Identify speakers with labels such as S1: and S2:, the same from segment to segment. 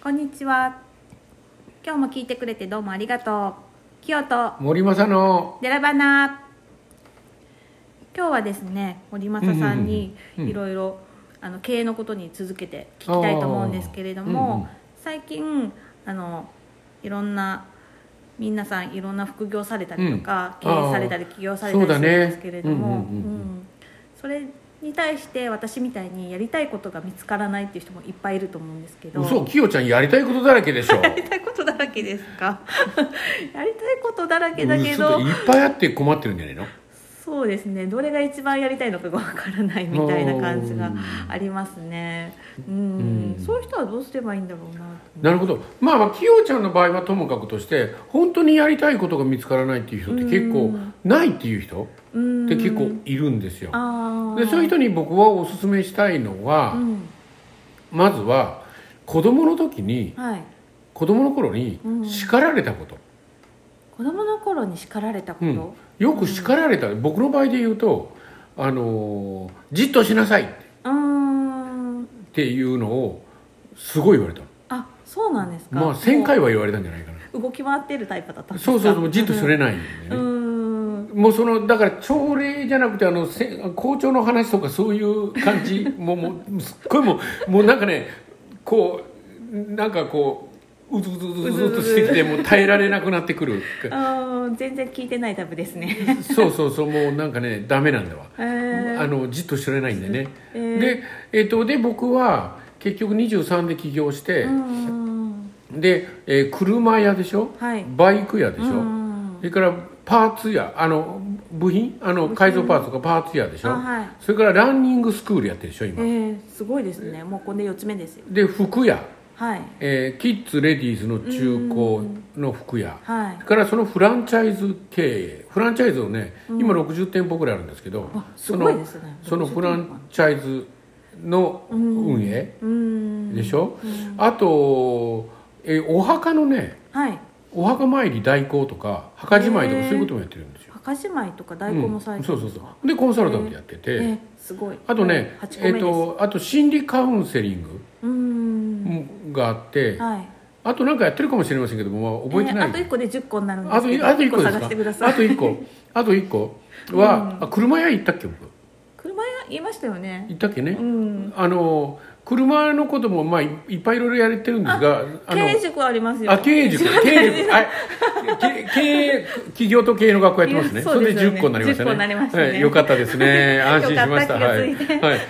S1: こんにちは。今日も聞いてくれてどうもありがとう。きよと
S2: 森政の
S1: デラバナ。今日はですね、森正さんに
S2: うんうんうん
S1: いろいろあの経営のことに続けて聞きたいと思うんですけれども、
S2: あーうんうん
S1: 最近あのいろんな皆さんいろんな副業されたりとか、
S2: うん
S1: 経営されたり起業されたりするんですけれども、
S2: そうだねうんうんうんうん
S1: うんそれに対して私みたいにやりたいことが見つからないっていう人もいっぱいいると思うんですけど。
S2: 嘘きよちゃんやりたいことだらけでしょ
S1: やりたい ことだらけですか やりたいことだらけだけ
S2: うん
S1: ど
S2: ちょっといっぱいあって困ってるんじゃないの
S1: そうですねどれが一番やりたいのかがわからないみたいな感じがありますねうん
S2: うん
S1: そういう人はどうすればいいんだろうな
S2: なるほどまあまあきよちゃんの場合はともかくとして本当にやりたいことが見つからないっていう人って結
S1: う
S2: 構
S1: ん
S2: ないっていう人
S1: うん
S2: って結構いるんですよ
S1: ああ
S2: でそういう人に僕はおすすめしたいのは、
S1: うん
S2: まずは子供の時に
S1: はい
S2: 子供の頃に
S1: うん
S2: 叱られたこと、
S1: 子供の頃に叱られたこ
S2: うん
S1: と
S2: よく叱られた、僕の場合で言うとあのーじっとしなさいって
S1: うんん
S2: っていうのをすごい言われたの
S1: あそうなんですか
S2: まあ1000回は言われたんじゃないかな
S1: もう動き回ってるタイプだったんですか
S2: そうそうそうじっとそれないんだ
S1: う
S2: よね、
S1: ん
S2: もうそのだから朝礼じゃなくてあのせ校長の話とかそういう 感じもうもうすっごいもうもうなんかねこうなんかこううずうずうずうずっとしてきてもう耐えられなくなって くる
S1: あー全然聞いてないタイプですね
S2: そうそうそうもうなんかねダメなんだわ
S1: えー
S2: あのじっとしてれないんでね、
S1: えー
S2: で,、えっとで僕は結局23で起業して、
S1: うん
S2: で、えー車屋でしょ、
S1: はい
S2: バイク屋でしょ、
S1: うん
S2: それからパーツ屋あの部品あの改造パーツとかパーツ屋でしょ、
S1: あはい
S2: それからランニングスクールやってるでしょ
S1: え
S2: 今、
S1: ー、すごいですねもうこれで4つ目ですよ
S2: で服屋、
S1: はい
S2: えーキッズレディースの中古の服屋
S1: はい
S2: それからそのフランチャイズ経営フランチャイズをね、今60店舗ぐらいあるんですけど
S1: あす
S2: そ
S1: ごい
S2: の
S1: ですね
S2: そのフラン
S1: ン
S2: チャイズの運営
S1: うん
S2: でしょ、あと、えーお墓のね、
S1: はい
S2: お墓参り代行とか墓じまいと
S1: へ
S2: か
S1: ー
S2: そういうこともやってるんですよ
S1: 墓じまいとか大根もされ
S2: うん
S1: て
S2: そうそうそうでコンサルタントやってて、
S1: えーすごい
S2: あとね、
S1: 8個
S2: え
S1: 目で
S2: っ、
S1: す、
S2: とあと心理カウンセリング
S1: うん
S2: があって
S1: はい
S2: あとなんかやってるかもしれませんけども、まあ、覚えてな
S1: えー
S2: い、
S1: あと1個で10個になるんで
S2: あ
S1: す
S2: と
S1: けど
S2: あと1個です
S1: 探してくだ
S2: か
S1: さ
S2: あ
S1: い
S2: と1個あと1個は、あ車屋行ったっけ僕
S1: 車屋言いましたよね
S2: 行ったっけね、
S1: うん
S2: あの車のこともまあいいっぱいいろいろやれてるんですがあ
S1: 経
S2: の
S1: 営塾ありますよ
S2: あ経営塾経営塾あ経経営企業と経営の学校やってますね
S1: いや
S2: そ
S1: そうで
S2: れ
S1: す
S2: で
S1: よね
S2: 10個になりましたね
S1: 10個になりましたね
S2: はい、よかったですね安心しました
S1: よかった気がついて
S2: はい、はい、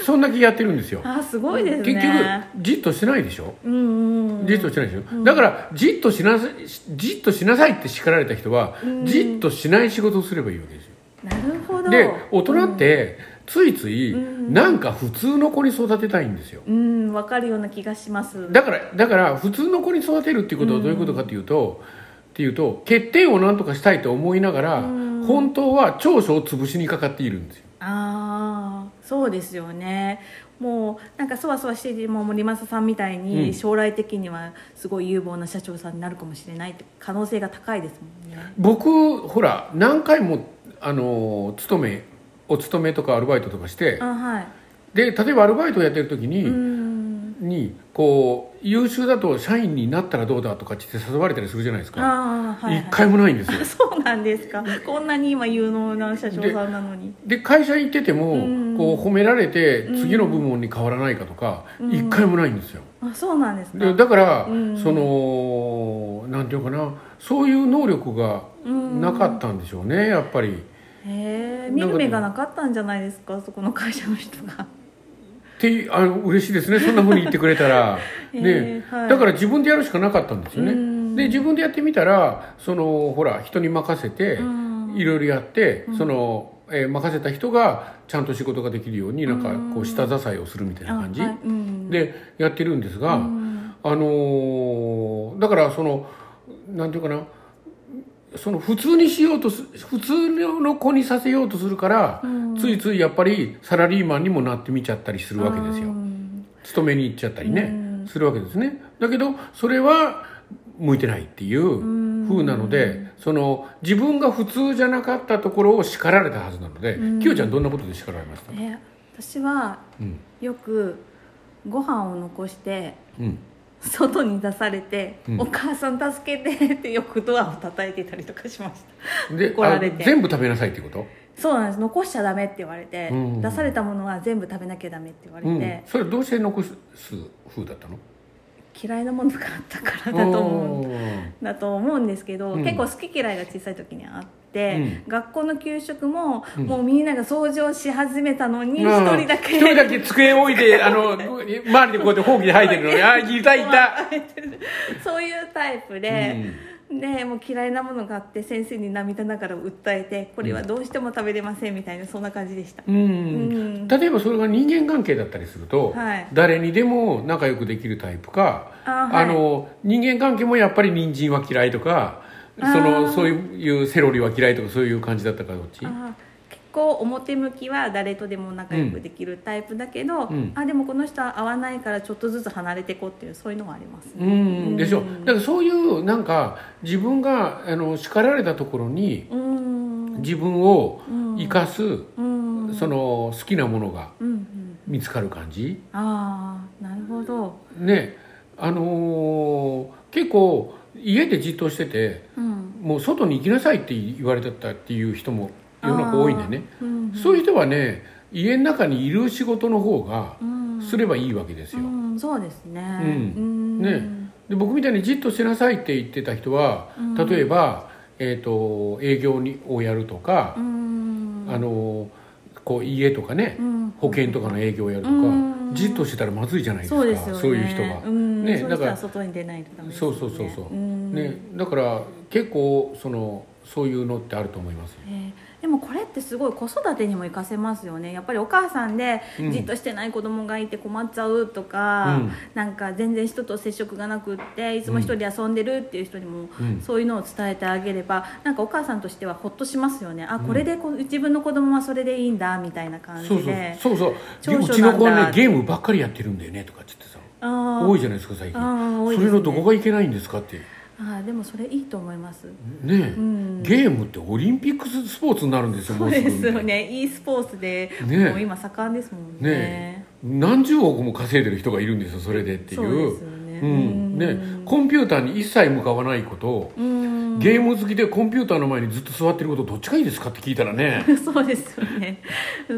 S2: そ そんだけやってるんですよ
S1: あすごいですね
S2: 結局じっとしてないでしょ
S1: うんうんうん
S2: じっとしてないでしょ、だからじっとしなさいじっとしなさいって叱られた人は、じっとしない仕事をすればいいわけですよ
S1: なるほど
S2: で大人って、ついつい、
S1: うん
S2: なんか普通の子に育てたいんですよ
S1: うんわかるような気がします
S2: だからだから普通の子に育てるっていうことはどういうことかっていうと、っていうと欠点を何とかしたいと思いながら、
S1: うん
S2: 本当は長所を潰しにかかっているんですよ
S1: ああそうですよねもうなんかそわそわしてても森正さんみたいに、
S2: うん
S1: 将来的にはすごい有望な社長さんになるかもしれないって可能性が高いですもんね
S2: 僕ほら何回もあの勤めお勤めとかアルバイトとかして
S1: あはい
S2: で例えばアルバイトをやってる時に、
S1: うん
S2: にこう優秀だと社員になったらどうだとかって誘われたりするじゃないですか
S1: ああ
S2: 一、
S1: はい、はい、
S2: 回もないんですよ
S1: そうなんですかこんなに今有能な社長さんなのに
S2: で会社行ってても、
S1: うん
S2: こう褒められて次の部門に変わらないかとか
S1: うん
S2: 一、回もないんですよ
S1: あそうなんですか
S2: でだから、
S1: うん
S2: そのなんていうのかなそういう能力が
S1: うん
S2: なかったんでしょうね、やっぱり
S1: へえ見る目がなかったんじゃないですかそこの会社の人が
S2: っていうあの嬉しいですねそんなふうに言ってくれたら、
S1: へ
S2: ね
S1: えはい
S2: だから自分でやるしかなかったんですよね、
S1: うん
S2: で自分でやってみたらそのほら人に任せて、
S1: うん
S2: いろいろやって、その、えー任せた人がちゃんと仕事ができるようになんかこう下支えをするみたいな感じ、
S1: あはいうん
S2: でやってるんですが、
S1: うん
S2: あのーだからそのなんていうかなその普通にしようとす普通の子にさせようとするから、
S1: うん
S2: ついついやっぱりサラリーマンにもなってみちゃったりするわけです
S1: う
S2: よ
S1: ん
S2: 勤めに行っちゃったりね、
S1: うん
S2: するわけですねだけどそれは向いてないっていう風なので、その自分が普通じゃなかったところを叱られたはずなので、
S1: うん
S2: きよちゃんどんなことで叱られました、
S1: え私は
S2: うん
S1: よくご飯を残して
S2: うん
S1: 外に出されて「
S2: うん
S1: お母さん助けて」ってよくドアを叩いてたりとかしました
S2: で
S1: 怒られ
S2: あ
S1: て
S2: 全部食べなさいってこと、
S1: そうなんです残しちゃダメって言われて、
S2: うん
S1: 出されたものは全部食べなきゃダメって言われて、
S2: うん、それどうして残す風だったの
S1: 嫌いなものがあったからだと思う
S2: おー
S1: だと思うんですけど、
S2: うん
S1: 結構好き嫌いが小さい時にあって、学校の給食も、
S2: うん
S1: もうみんなが掃除をし始めたのに一、
S2: うん
S1: 人だけ
S2: 一人だけ机置いてあの周りでこうやってほうきで吐いてるのにあーいたいた、
S1: そういうタイプで、でもう嫌いなものがあって先生に涙ながら訴えてこれはどうしても食べれませんみたいなそんな感じでした、
S2: うん
S1: うん
S2: 例えばそれが人間関係だったりすると、
S1: はい
S2: 誰にでも仲良くできるタイプか
S1: あーはい
S2: の人間関係もやっぱり人参は嫌いとかその
S1: あー
S2: そういうセロリは嫌いとかそういう感じだったかどっち
S1: あー結構表向きは誰とでも仲良くできるタイプだけど、
S2: うん
S1: あでもこの人は合わないからちょっとずつ離れていこうっていうそういうのはありますね、
S2: うんでしょ
S1: うん
S2: だからそういうなんか自分があの叱られたところに
S1: うん
S2: 自分を
S1: うん
S2: 生かす、
S1: うん
S2: その好きなものが
S1: うんうん
S2: 見つかる感じ
S1: ああなるほど
S2: ねあのー結構家でじっとしてて
S1: うん
S2: もう外に行きなさいって言われてたっていう人も世の中多いんだよね
S1: あーうん
S2: そういう人はね家の中にいる仕事の方が
S1: うん
S2: すればいいわけですよ、
S1: うんそうですねう
S2: うん
S1: ん
S2: ねで僕みたいにじっとしてなさいって言ってた人は
S1: うん
S2: 例えば、えー、と営業にをやると
S1: う
S2: か、
S1: ん
S2: あのーこう家とかね
S1: うん
S2: 保険とかの営業をやるとか、
S1: うん
S2: じっとしてたらまずいじゃないですか
S1: そうですよね
S2: そういう人が。
S1: うん
S2: ね
S1: そういう人
S2: だから
S1: は外に出ないとダメです
S2: そ
S1: よ
S2: う
S1: ね
S2: そうそうそう、
S1: ん
S2: ね、だから結構そのそういうのってあると思いますよ
S1: えーでもこれってすごい子育てにも活かせますよねやっぱりお母さんで
S2: うん
S1: じっとしてない子供がいて困っちゃうとか、
S2: うん
S1: なんか全然人と接触がなくっていつも一人で遊んでるっていう人にも、
S2: うん
S1: そういうのを伝えてあげればなんかお母さんとしてはほっとしますよねあこれでこう自分の子供はそれでいいんだみたいな感じ
S2: そうそう
S1: で
S2: そうそう
S1: 長
S2: う
S1: 所
S2: ちの子
S1: なん
S2: は
S1: だ
S2: ねゲームばっかりやってるんだよねとかって言ってさ
S1: あー
S2: 多いじゃないですか最近
S1: あー多いですね
S2: それのどこがいけないんですかってね
S1: あーでもそれいいと思います
S2: え、
S1: うん
S2: ゲームってオリンピックスポーツになるんですよ
S1: そ
S2: も
S1: う
S2: うすぐ
S1: ですよね e スポーツで、
S2: ね
S1: もう今盛んですもんね
S2: ねえ何十億も稼いでる人がいるんですよそれでっていう
S1: そうですよね
S2: うん、ねえコンピューターに一切向かわないこと
S1: うん
S2: ゲーム好きでコンピューターの前にずっと座ってることどっちがいいですかって聞いたらね
S1: そうですよね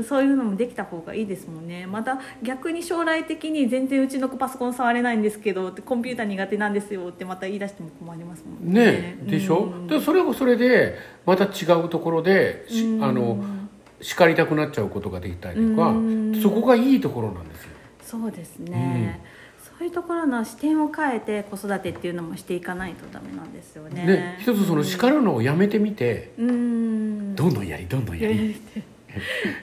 S1: そういうのもできた方がいいですもんねまた逆に将来的に全然うちの子パソコン触れないんですけどってコンピューター苦手なんですよってまた言い出しても困りますもん ね
S2: ねでしょ、
S1: うん
S2: でそれもそれでまた違うところでし
S1: うん
S2: あの叱りたくなっちゃうことができたりとか
S1: うん
S2: そこがいいところなんですよ
S1: そうですね、そういうところの視点を変えて子育てっていうのもしていかないとダメなんですよね
S2: ね一つその叱るのをやめてみて
S1: うん
S2: どんどんやりどんどんやり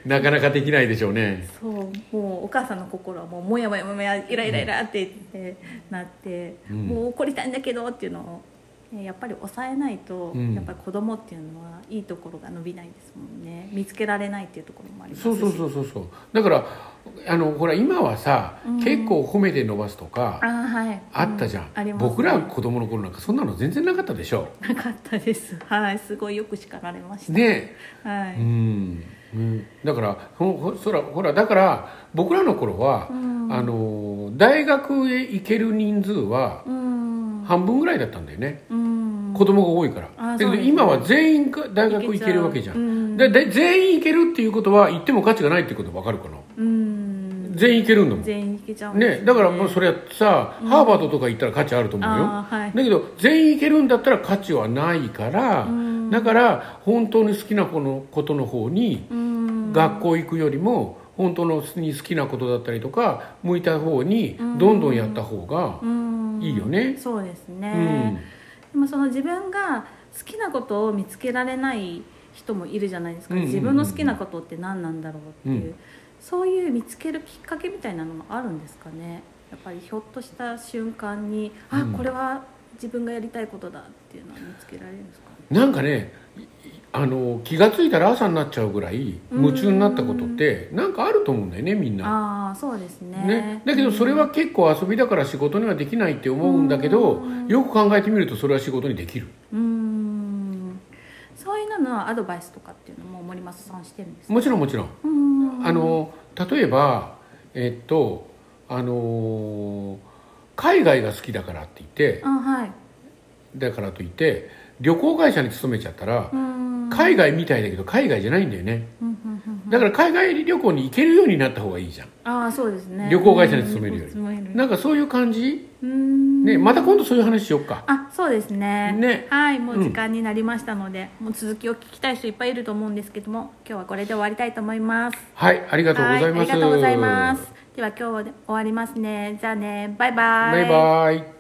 S2: なかなかできないでしょうね
S1: そうもうお母さんの心はもうもやもやもやイライライラって言ってなって、
S2: うん
S1: もう怒りたいんだけどっていうのをねやっぱり抑えないと、
S2: うん
S1: やっぱり子供っていうのはいいところが伸びないですもんね見つけられないっていうところもありますし
S2: そうそうそうそうそうだからあのほら今はさ、
S1: うん
S2: 結構褒めて伸ばすとか
S1: あーはい
S2: あったじゃん
S1: う、ありますね
S2: 僕ら子供の頃なんかそんなの全然なかったでしょ
S1: なかったですはいすごいよく叱られました、
S2: ね
S1: はい、
S2: うんうん、だからほほそらほらだから僕らの頃は、
S1: うん
S2: あの大学へ行ける人数は
S1: うん
S2: 半分ぐらいだったんだよね、
S1: うん
S2: 子供が多いから、
S1: あー
S2: だけ
S1: そう
S2: ど
S1: ですね
S2: 今は全員が大学行けるわけじゃんでで全員行けるっていうことは行っても価値がないっていうこと分かるかな、
S1: うん
S2: 全員行けるんだもんね
S1: 全員いけちゃうんです
S2: だからもうそれはさ、ハーバードとか行ったら価値あると思うよ、
S1: あーはい
S2: だけど全員行けるんだったら価値はないから、
S1: うん
S2: だから本当に好きな子のことの方に
S1: うん
S2: 学校行くよりも本当のに好きなことだったりとか向いた方にどんどんやった方が
S1: うん
S2: いいよね。
S1: そうです
S2: う
S1: ね
S2: ん、、
S1: でもその自分が好きなことを見つけられない人もいるじゃないですか、
S2: うんうんうん
S1: 自分の好きなことって何なんだろうっていう、
S2: うん
S1: そういう見つけるきっかけみたいなのもあるんですかねやっぱりひょっとした瞬間に、あ
S2: うん
S1: これは自分がやりたいことだっていうのは見つけられるんですかね
S2: なんかねいあの気が付いたら朝になっちゃうぐらい夢中になったことってなんかあると思うんだよねみんな。
S1: ああそうですね
S2: ね、だけどそれは結構遊びだから仕事にはできないって思うんだけど
S1: うん
S2: よく考えてみるとそれは仕事にできる
S1: うんうんそういうののアドバイスとかっていうのも森松さんしてるんですか
S2: もちろんもちろん
S1: うん
S2: あの例えばえっとあの海外が好きだからって言って
S1: あはい
S2: だからといって旅行会社に勤めちゃったら
S1: うーん
S2: 海外みたいだけど海外じゃないんだよね
S1: うんうんうん
S2: だから海外旅行に行けるようになった方がいいじゃん
S1: ああそうですね
S2: 旅行会社に勤めるより
S1: うん勤める
S2: なんかそういう感じ
S1: うーん
S2: ねまた今度そういう話しよっか
S1: あそうですね
S2: ね
S1: はいもう時間になりましたので、もう続きを聞きたい人いっぱいいると思うんですけども今日はこれで終わりたいと思います
S2: はいありがとうございます
S1: はいありがとうございますでは今日は終わりますねじゃあねバイバイ
S2: バイバイ